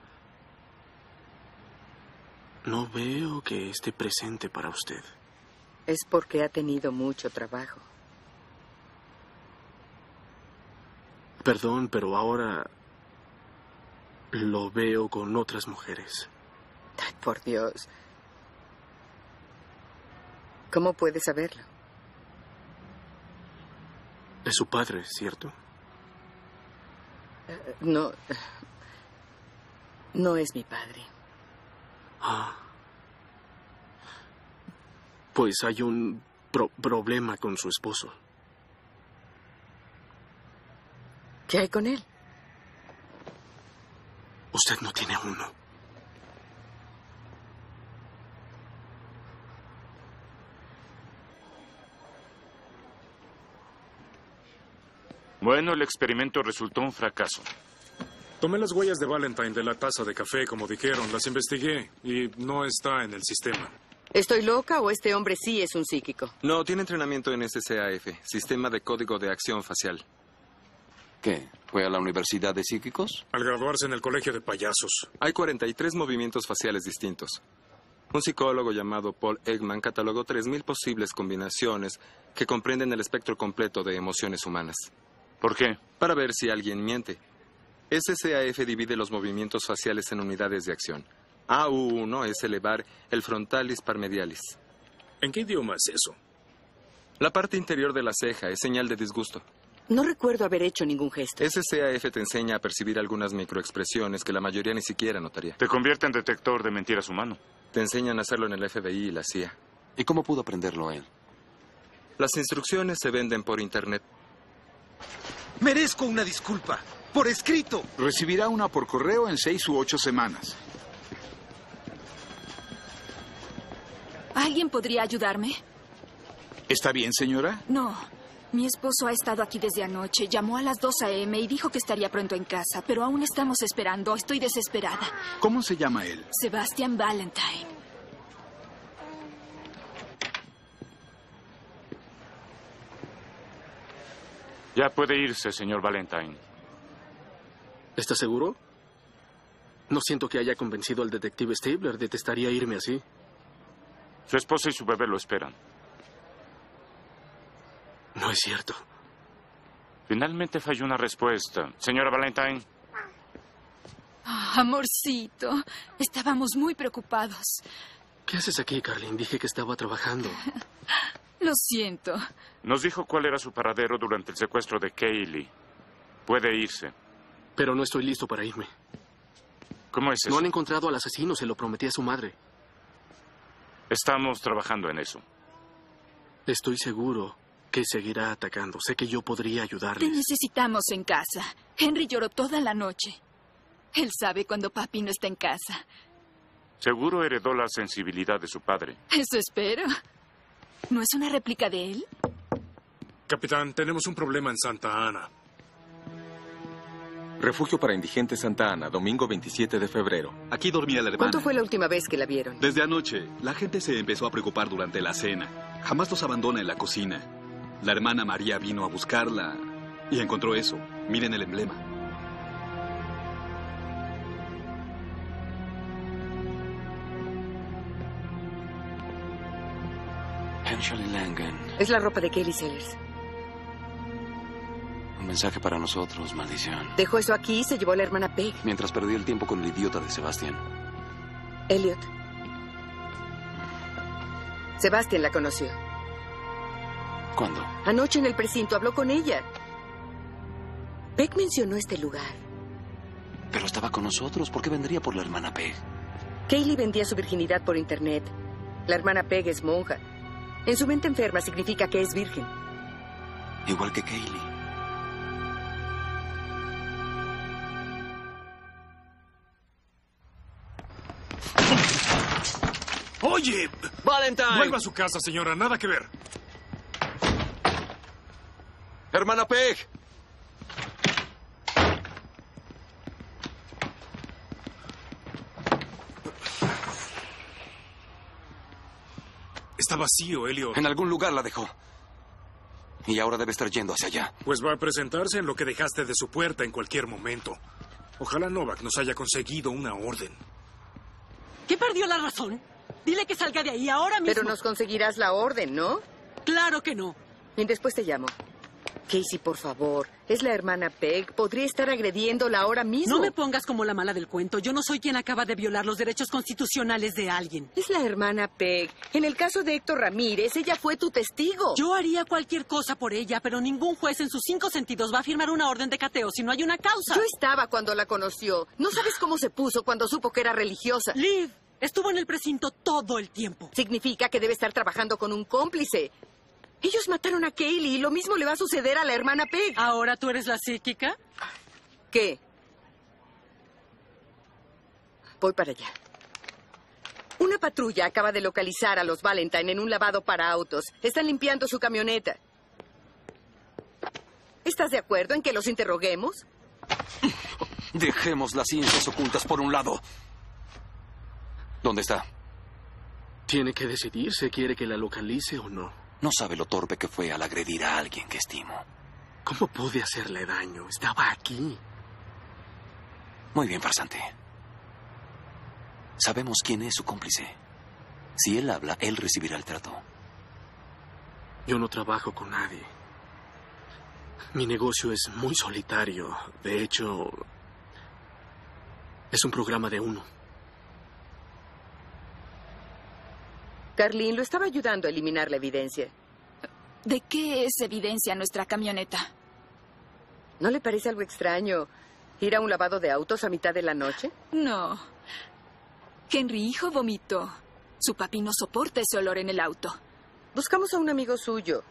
Speaker 15: no veo que esté presente para usted.
Speaker 13: Es porque ha tenido mucho trabajo.
Speaker 15: Perdón, pero ahora lo veo con otras mujeres.
Speaker 13: Ay, por Dios. ¿Cómo puede saberlo?
Speaker 15: Es su padre, ¿cierto?
Speaker 13: Eh, No. No es mi padre.
Speaker 15: Ah. Pues hay un pro- problema con su esposo.
Speaker 13: ¿Qué hay con él?
Speaker 15: Usted no tiene uno.
Speaker 7: Bueno, el experimento resultó un fracaso.
Speaker 9: Tomé las huellas de Valentine de la taza de café, como dijeron, las investigué y no está en el
Speaker 7: Este
Speaker 9: sistema.
Speaker 13: ¿Estoy loca o este hombre sí es un psíquico?
Speaker 20: No, tiene entrenamiento en SCAF, Sistema de Código de Acción Facial.
Speaker 8: ¿Qué? ¿Fue a la Universidad de Psíquicos?
Speaker 9: Al graduarse en el colegio de payasos.
Speaker 20: Hay 43 movimientos faciales distintos. Un psicólogo llamado Paul Ekman catalogó 3.000 posibles combinaciones que comprenden el espectro completo de emociones humanas.
Speaker 7: ¿Por qué?
Speaker 20: Para ver si alguien miente. SCAF divide los movimientos faciales en unidades de acción. AU1 es elevar el frontalis parmedialis.
Speaker 9: ¿En qué idioma es eso?
Speaker 20: La parte interior de la ceja es señal de disgusto.
Speaker 13: No recuerdo haber hecho ningún gesto.
Speaker 20: SCAF te enseña a percibir algunas microexpresiones que la mayoría ni siquiera notaría.
Speaker 7: Te convierte en detector de mentiras humano.
Speaker 20: Te enseñan a hacerlo en el FBI y la CIA.
Speaker 8: ¿Y cómo pudo aprenderlo él?
Speaker 14: Las instrucciones se venden por Internet.
Speaker 10: Merezco una disculpa. Por escrito. Recibirá una por correo en seis u ocho semanas.
Speaker 21: ¿Alguien podría ayudarme?
Speaker 10: ¿Está bien, señora?
Speaker 21: No. Mi esposo ha estado aquí desde anoche. Llamó a las 2 a.m. y dijo que estaría pronto en casa, pero aún estamos esperando. Estoy desesperada.
Speaker 10: ¿Cómo se llama él?
Speaker 21: Sebastian Valentine.
Speaker 7: Ya puede irse, señor Valentine.
Speaker 15: ¿Estás seguro? No siento que haya convencido al detective Stabler. Detestaría irme así.
Speaker 7: Su esposa y su bebé lo esperan.
Speaker 15: No es cierto.
Speaker 7: Finalmente falló una respuesta. Señora Valentine,
Speaker 21: Ah, amorcito, estábamos muy preocupados.
Speaker 15: ¿Qué haces aquí, Carlin? Dije que estaba trabajando.
Speaker 21: Lo siento.
Speaker 7: nos dijo cuál era su paradero durante el secuestro de Kaylee. Puede irse.
Speaker 15: Pero no estoy listo para irme.
Speaker 7: ¿Cómo es
Speaker 15: No
Speaker 7: eso?
Speaker 15: han encontrado al asesino, se lo prometí a su madre.
Speaker 7: Estamos trabajando en eso.
Speaker 15: Estoy seguro que seguirá atacando. Sé que yo podría ayudarle.
Speaker 21: Te necesitamos en casa. Henry lloró toda la noche. Él sabe cuando papi no está en casa.
Speaker 7: Seguro heredó la sensibilidad de su padre.
Speaker 21: Eso espero. ¿No es una réplica de él?
Speaker 9: Capitán, tenemos un problema en Santa Ana.
Speaker 6: Refugio para indigentes Santa Ana, domingo 27 de febrero.
Speaker 22: Aquí dormía la
Speaker 13: ¿Cuánto
Speaker 22: hermana.
Speaker 13: fue la última vez que la vieron?
Speaker 22: Desde anoche, la gente se empezó a preocupar durante la cena. Jamás los abandona en la cocina. La hermana María vino a buscarla y encontró eso. Miren el emblema.
Speaker 8: Henshawly Langan,
Speaker 13: Es la ropa de Kelly Sellers.
Speaker 8: un mensaje para nosotros, maldición.
Speaker 13: Dejó eso aquí y se llevó a la hermana Peg.
Speaker 8: Mientras perdí el tiempo con el idiota de Sebastián.
Speaker 13: Elliot. Sebastián la conoció.
Speaker 8: ¿Cuándo?
Speaker 13: Anoche en el precinto habló con ella. Peck mencionó este lugar.
Speaker 8: Pero estaba con nosotros. ¿Por qué vendría por la hermana P?
Speaker 13: Kaylee vendía su virginidad por internet. La hermana Peg es monja. En su mente enferma significa que es virgen.
Speaker 8: Igual que Kaylee.
Speaker 9: ¡Oye!
Speaker 22: ¡Valentine!
Speaker 9: Vuelva a su casa, señora. Nada que ver.
Speaker 22: Hermana Peg.
Speaker 9: Está vacío, Elliot.
Speaker 8: En algún lugar la dejó. Y ahora debe estar yendo hacia allá.
Speaker 9: Pues va a presentarse en lo que dejaste de su puerta en cualquier momento. Ojalá Novak nos haya conseguido una orden.
Speaker 23: ¿Qué perdió la razón? Dile que salga de ahí ahora mismo.
Speaker 13: Pero nos conseguirás la orden, ¿no?
Speaker 23: Claro que no.
Speaker 13: Y después te llamo. Casey, por favor. Es la hermana Peg. Podría estar agrediéndola ahora mismo.
Speaker 23: No me pongas como la mala del cuento. Yo no soy quien acaba de violar los derechos constitucionales de alguien.
Speaker 13: Es la hermana Peg. En el caso de Héctor Ramírez, ella fue tu testigo.
Speaker 23: Yo haría cualquier cosa por ella, pero ningún juez en sus cinco sentidos va a firmar una orden de cateo si no hay una causa.
Speaker 13: Yo estaba cuando la conoció. No sabes cómo se puso cuando supo que era religiosa.
Speaker 23: Liv, estuvo en el precinto todo el tiempo.
Speaker 13: Significa que debe estar trabajando con un cómplice. Ellos mataron a Kaylee y lo mismo le va a suceder a la hermana Peg.
Speaker 23: ¿Ahora tú eres la psíquica?
Speaker 13: ¿Qué? Voy para allá. Una patrulla acaba de localizar a los Valentine en un lavado para autos. Están limpiando su camioneta. ¿Estás de acuerdo en que los interroguemos?
Speaker 8: Dejemos las ciencias ocultas por un lado. ¿Dónde está?
Speaker 15: Tiene que decidirse, quiere que la localice o no.
Speaker 8: No sabe lo torpe que fue al agredir a alguien que estimo.
Speaker 15: ¿Cómo pude hacerle daño? Estaba aquí.
Speaker 8: Muy bien, farsante. Sabemos quién es su cómplice. Si él habla, él recibirá el trato.
Speaker 15: Yo no trabajo con nadie. Mi negocio es muy solitario. De hecho, es un programa de uno.
Speaker 13: Carlin lo estaba ayudando a eliminar la evidencia.
Speaker 21: ¿De qué es evidencia nuestra camioneta?
Speaker 13: ¿No le parece algo extraño ir a un lavado de autos a mitad de la noche?
Speaker 21: No. Henry, hijo, vomitó. Su papi no soporta ese olor en el auto.
Speaker 13: Buscamos a un amigo suyo.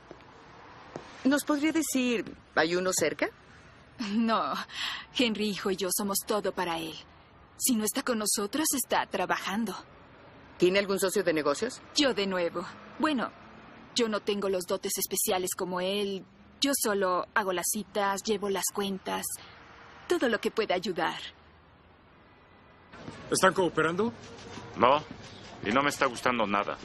Speaker 13: ¿Nos podría decir, hay uno cerca?
Speaker 21: No, Henry, hijo y yo somos todo para él. Si no está con nosotros, está trabajando.
Speaker 13: ¿Tiene algún socio de negocios?
Speaker 21: Yo de nuevo. Bueno, yo no tengo los dotes especiales como él. Yo solo hago las citas, llevo las cuentas, todo lo que pueda ayudar.
Speaker 9: ¿Están cooperando?
Speaker 7: No, y no me está gustando nada.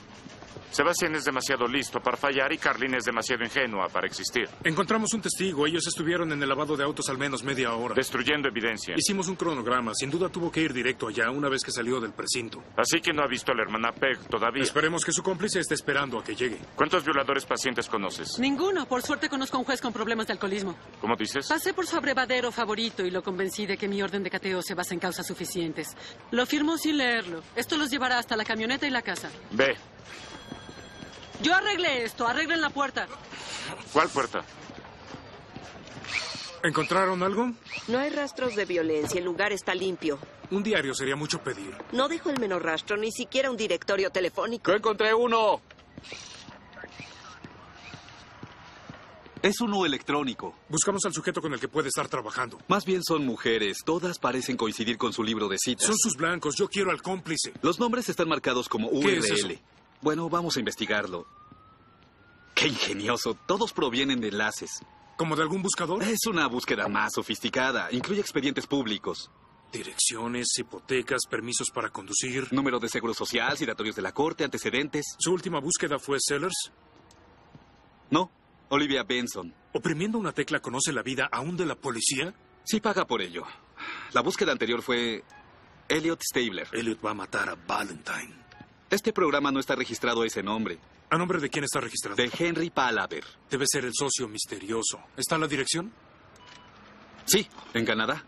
Speaker 7: Sebastián es demasiado listo para fallar y Carlin es demasiado ingenua para existir.
Speaker 9: Encontramos un testigo. Ellos estuvieron en el lavado de autos al menos media hora.
Speaker 7: Destruyendo evidencia.
Speaker 9: Hicimos un cronograma. Sin duda tuvo que ir directo allá una vez que salió del precinto.
Speaker 7: Así que no ha visto a la hermana Peg todavía.
Speaker 9: Esperemos que su cómplice esté esperando a que llegue.
Speaker 7: ¿Cuántos violadores pacientes conoces?
Speaker 23: Ninguno. Por suerte conozco a un juez con problemas de alcoholismo.
Speaker 7: ¿Cómo dices?
Speaker 23: Pasé por su abrevadero favorito y lo convencí de que mi orden de cateo se basa en causas suficientes. Lo firmó sin leerlo. Esto los llevará hasta la camioneta y la casa.
Speaker 7: Ve.
Speaker 23: Yo arreglé esto. Arreglen la puerta.
Speaker 7: ¿Cuál puerta?
Speaker 9: ¿Encontraron algo?
Speaker 1: No hay rastros de violencia. El lugar está limpio.
Speaker 9: Un diario sería mucho pedir.
Speaker 1: No dejó el menor rastro, ni siquiera un directorio telefónico.
Speaker 10: Yo encontré uno.
Speaker 22: Es uno electrónico.
Speaker 9: Buscamos al sujeto con el que puede estar trabajando.
Speaker 22: Más bien son mujeres. Todas parecen coincidir con su libro de citas.
Speaker 9: Son sus blancos. Yo quiero al cómplice.
Speaker 22: Los nombres están marcados como URL.
Speaker 9: ¿Qué es eso?
Speaker 22: Bueno, vamos a investigarlo. Qué ingenioso. Todos provienen de enlaces.
Speaker 9: ¿Como de algún buscador?
Speaker 22: Es una búsqueda más sofisticada. Incluye expedientes públicos.
Speaker 9: Direcciones, hipotecas, permisos para conducir.
Speaker 22: Número de seguro social, citatorios de la corte, antecedentes.
Speaker 9: ¿Su última búsqueda fue Sellers?
Speaker 22: No, Olivia Benson.
Speaker 9: ¿Oprimiendo una tecla conoce la vida aún de la policía?
Speaker 22: Sí paga por ello. La búsqueda anterior fue Elliot Stabler.
Speaker 9: Elliot va a matar a Valentine.
Speaker 22: Este programa no está registrado a ese nombre.
Speaker 9: ¿A nombre de quién está registrado?
Speaker 22: De Henry Palaver.
Speaker 9: Debe ser el socio misterioso. ¿Está la dirección?
Speaker 22: Sí, en Canadá.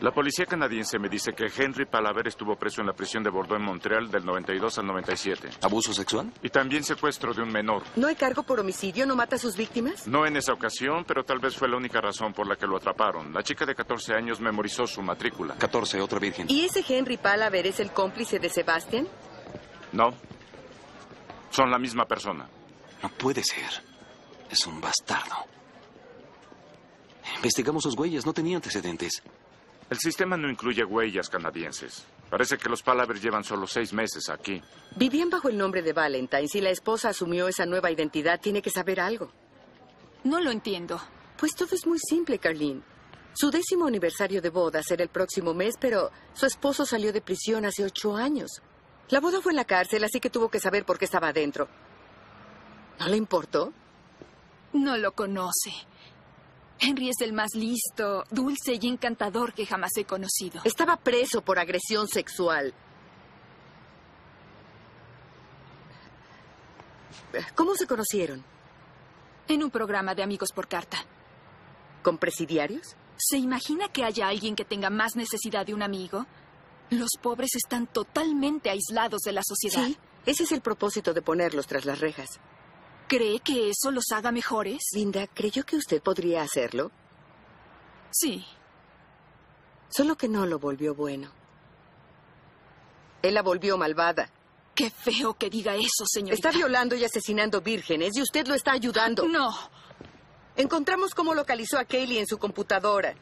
Speaker 7: La policía canadiense me dice que Henry Palaver estuvo preso en la prisión de Bordeaux en Montreal del 92 al 97.
Speaker 8: ¿Abuso sexual?
Speaker 7: Y también secuestro de un menor.
Speaker 13: ¿No hay cargo por homicidio? ¿No mata a sus víctimas?
Speaker 7: No en esa ocasión, pero tal vez fue la única razón por la que lo atraparon. La chica de 14 años memorizó su matrícula.
Speaker 8: 14, otra virgen.
Speaker 13: ¿Y ese Henry Palaver es el cómplice de Sebastián?
Speaker 7: No. Son la misma persona.
Speaker 8: No puede ser. Es un bastardo. Investigamos sus huellas, no tenía antecedentes.
Speaker 7: El sistema no incluye huellas canadienses. Parece que los Palavers llevan solo seis meses aquí.
Speaker 13: Vivían bajo el nombre de Valentine. Si la esposa asumió esa nueva identidad, tiene que saber algo.
Speaker 21: No lo entiendo.
Speaker 13: Pues todo es muy simple, Carlin. Su décimo aniversario de boda será el próximo mes, pero su esposo salió de prisión hace ocho años. La boda fue en la cárcel, así que tuvo que saber por qué estaba adentro. ¿No le importó?
Speaker 21: No lo conoce. Henry es el más listo, dulce y encantador que jamás he conocido.
Speaker 13: Estaba preso por agresión sexual. ¿Cómo se conocieron?
Speaker 21: En un programa de amigos por carta.
Speaker 13: ¿Con presidiarios?
Speaker 21: ¿Se imagina que haya alguien que tenga más necesidad de un amigo? Los pobres están totalmente aislados de la sociedad.
Speaker 13: Sí, ese es el propósito de ponerlos tras las rejas.
Speaker 21: ¿Cree que eso los haga mejores?
Speaker 13: Linda, ¿creyó que usted podría hacerlo?
Speaker 21: Sí.
Speaker 13: Solo que no lo volvió bueno. Él la volvió malvada.
Speaker 21: Qué feo que diga eso, señorita.
Speaker 13: Está violando y asesinando vírgenes y usted lo está ayudando.
Speaker 21: No.
Speaker 13: Encontramos cómo localizó a Kelly en su computadora.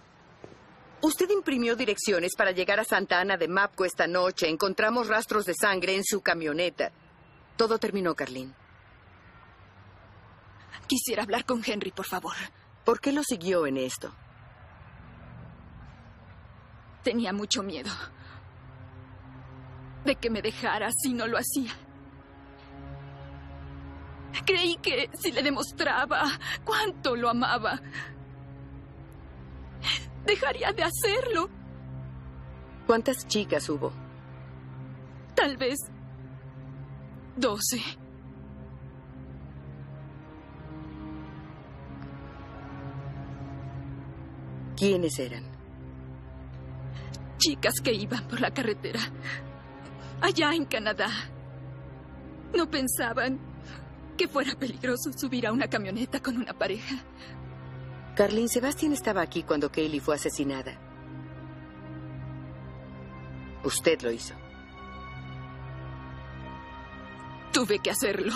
Speaker 13: Usted imprimió direcciones para llegar a Santa Ana de Mapco esta noche. Encontramos rastros de sangre en su camioneta. Todo terminó, Carlín.
Speaker 21: Quisiera hablar con Henry, por favor.
Speaker 13: ¿Por qué lo siguió en esto?
Speaker 21: Tenía mucho miedo de que me dejara si no lo hacía. Creí que si le demostraba cuánto lo amaba, dejaría de hacerlo.
Speaker 13: ¿Cuántas chicas hubo?
Speaker 21: Tal vez doce.
Speaker 13: ¿Quiénes eran?
Speaker 21: Chicas que iban por la carretera. Allá en Canadá. No pensaban que fuera peligroso subir a una camioneta con una pareja.
Speaker 13: Carlin, Sebastián estaba aquí cuando Kaylee fue asesinada. Usted lo hizo.
Speaker 21: Tuve que hacerlo.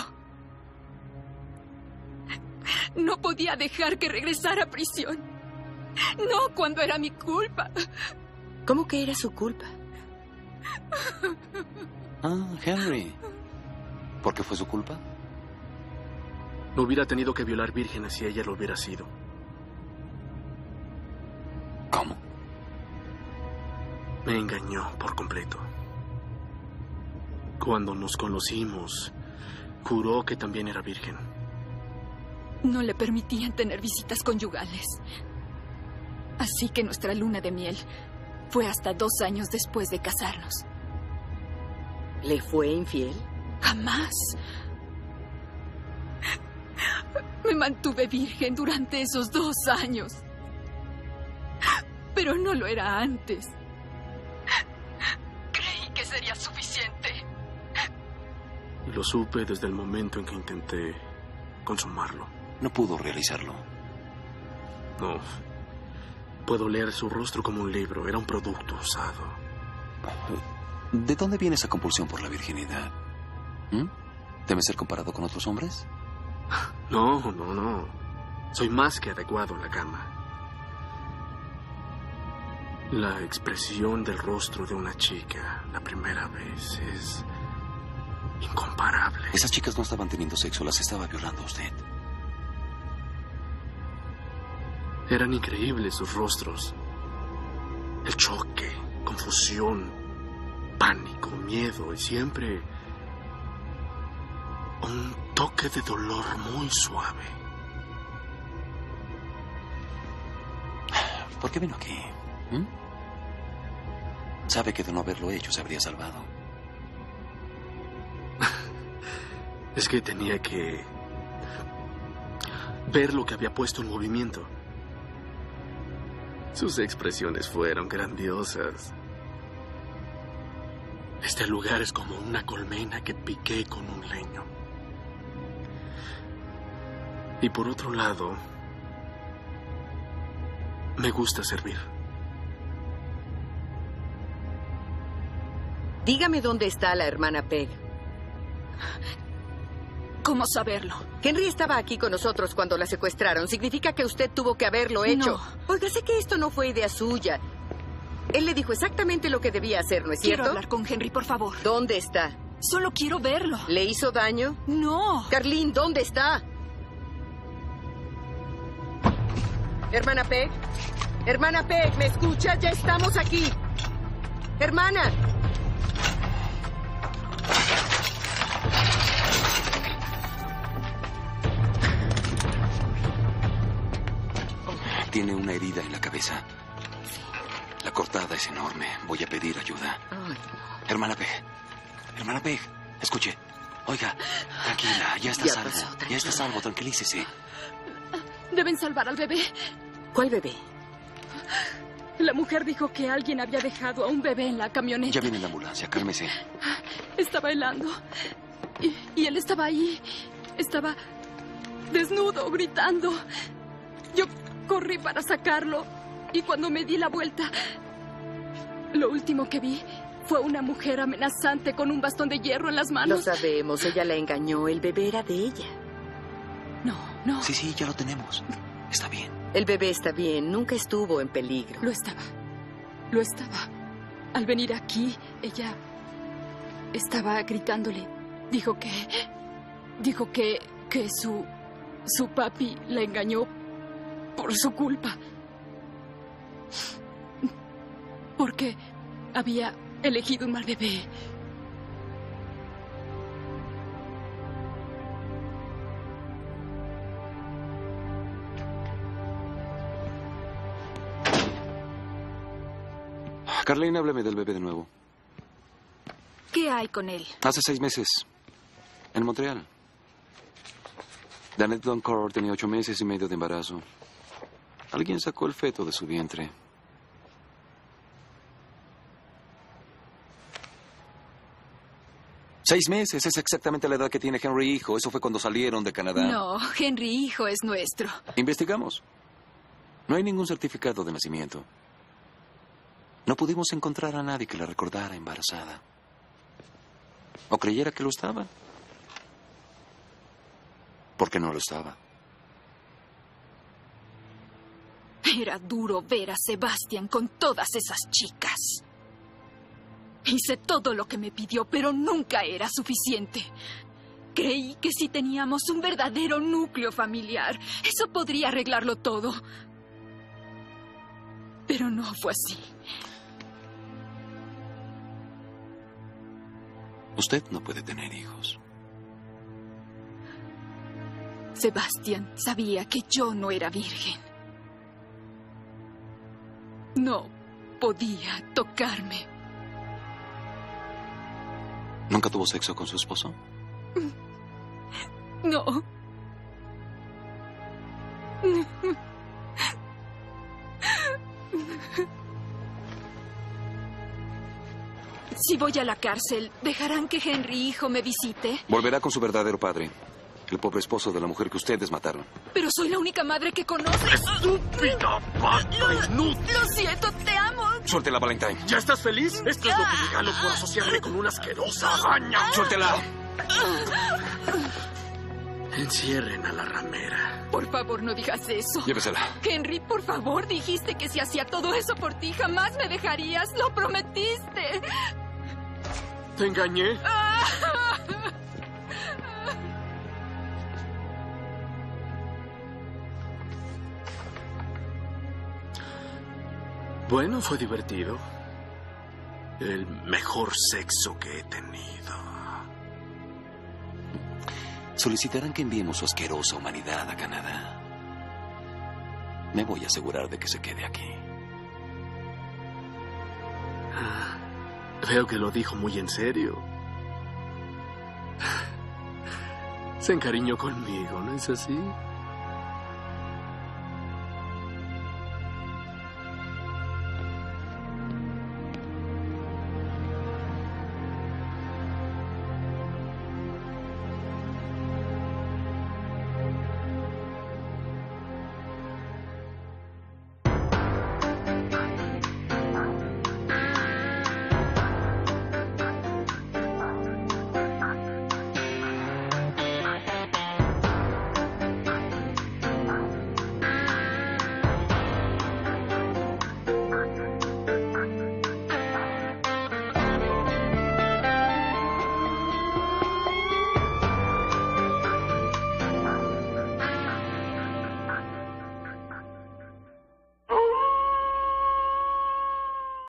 Speaker 21: No podía dejar que regresara a prisión. No cuando era mi culpa.
Speaker 13: ¿Cómo que era su culpa?
Speaker 8: Ah, Henry. ¿Por qué fue su culpa?
Speaker 15: No hubiera tenido que violar vírgenes si ella lo hubiera sido.
Speaker 8: ¿Cómo?
Speaker 15: Me engañó por completo. Cuando nos conocimos, juró que también era virgen.
Speaker 21: No le permitían tener visitas conyugales. Así que nuestra luna de miel fue hasta dos años después de casarnos.
Speaker 13: ¿Le fue infiel?
Speaker 21: Jamás. Me mantuve virgen durante esos dos años. Pero no lo era antes. Creí que sería suficiente.
Speaker 15: Y lo supe desde el momento en que intenté consumarlo.
Speaker 8: No pudo realizarlo.
Speaker 15: No. Puedo leer su rostro como un libro. Era un producto usado.
Speaker 8: ¿De dónde viene esa compulsión por la virginidad? ¿Mm? ¿Debe ser comparado con otros hombres?
Speaker 15: No, no, no. Soy más que adecuado en la cama. La expresión del rostro de una chica la primera vez es incomparable.
Speaker 8: Esas chicas no estaban teniendo sexo, las estaba violando usted.
Speaker 15: Eran increíbles sus rostros. El choque, confusión, pánico, miedo y siempre un toque de dolor muy suave.
Speaker 8: ¿Por qué vino aquí? ¿Mm? Sabe que de no haberlo hecho se habría salvado.
Speaker 15: Es que tenía que ver lo que había puesto en movimiento. Sus expresiones fueron grandiosas. Este lugar es como una colmena que piqué con un leño. Y por otro lado, me gusta servir.
Speaker 13: Dígame dónde está la hermana Peg.
Speaker 21: ¿Cómo saberlo?
Speaker 13: Henry estaba aquí con nosotros cuando la secuestraron. Significa que usted tuvo que haberlo hecho. Oiga, sé que esto no fue idea suya. Él le dijo exactamente lo que debía hacer, ¿no es
Speaker 21: Quiero
Speaker 13: cierto?
Speaker 21: hablar con Henry, por favor.
Speaker 13: ¿Dónde está?
Speaker 21: Solo quiero verlo.
Speaker 13: ¿Le hizo daño?
Speaker 21: No.
Speaker 13: Carlín, ¿dónde está? Hermana Peg. Hermana Peg, ¿me escuchas? Ya estamos aquí. Hermana.
Speaker 8: Tiene una herida en la cabeza. La cortada es enorme. Voy a pedir ayuda. Hermana Peg. Hermana Peg. Escuche. Oiga, tranquila, ya está
Speaker 13: Ya
Speaker 8: salvo.
Speaker 13: pasó,
Speaker 8: ya está salvo, tranquilícese.
Speaker 16: Deben salvar al bebé.
Speaker 13: ¿Cuál bebé?
Speaker 16: La mujer dijo que alguien había dejado a un bebé en la camioneta.
Speaker 8: Ya viene la ambulancia, cálmese.
Speaker 16: Estaba helando. Y, y él estaba ahí. Estaba desnudo, gritando. Yo corrí para sacarlo. Y cuando me di la vuelta, lo último que vi fue una mujer amenazante con un bastón de hierro en las
Speaker 13: Lo
Speaker 16: manos.
Speaker 13: sabemos, ella la engañó. El bebé era de ella.
Speaker 16: No.
Speaker 8: Sí, sí, ya lo tenemos. Está bien.
Speaker 13: El bebé está bien, nunca estuvo en peligro.
Speaker 16: Lo estaba. Lo estaba. Al venir aquí, ella estaba gritándole. Dijo que. Dijo que. que su. su papi la engañó por su culpa. Porque había elegido un mal bebé.
Speaker 8: Ah, Carlene, háblame del bebé de nuevo.
Speaker 21: ¿Qué hay con él?
Speaker 8: Hace seis meses, en Montreal. Danette Doncor tenía ocho meses y medio de embarazo. Alguien sacó el feto de su vientre. Seis meses es exactamente la edad que tiene Henry hijo. Eso fue cuando salieron de Canadá.
Speaker 21: No, Henry, hijo, es nuestro.
Speaker 8: Investigamos. No hay ningún certificado de nacimiento. No pudimos encontrar a nadie que la recordara embarazada. O creyera que lo estaba. Porque no lo estaba.
Speaker 21: Era duro ver a Sebastián con todas esas chicas. Hice todo lo que me pidió, pero nunca era suficiente. Creí que si teníamos un verdadero núcleo familiar, eso podría arreglarlo todo. Pero no fue así.
Speaker 8: Usted no puede tener hijos.
Speaker 21: Sebastián sabía que yo no era virgen. No podía tocarme.
Speaker 8: ¿Nunca tuvo sexo con su esposo?
Speaker 21: No. Si voy a la cárcel, ¿dejarán que Henry hijo me visite?
Speaker 8: Volverá con su verdadero padre, el pobre esposo de la mujer que ustedes mataron.
Speaker 21: Pero soy la única madre que conoce.
Speaker 5: ¡Estúpida vaca inútil!
Speaker 21: Lo siento, te amo.
Speaker 8: Suéltela, Valentine.
Speaker 5: ¿Ya estás feliz? Esto es lo que regalo por asociarme con una asquerosa araña.
Speaker 8: Suéltela.
Speaker 5: Encierren a la ramera.
Speaker 21: Por favor, no digas eso.
Speaker 8: Llévesela.
Speaker 21: Henry, por favor, dijiste que si hacía todo eso por ti, jamás me dejarías. Lo prometiste.
Speaker 5: ¿Te engañé?
Speaker 14: Bueno, fue divertido.
Speaker 5: El mejor sexo que he tenido.
Speaker 8: Solicitarán que enviemos su asquerosa humanidad a Canadá. Me voy a asegurar de que se quede aquí.
Speaker 15: Ah, veo que lo dijo muy en serio. Se encariñó conmigo, ¿no es así?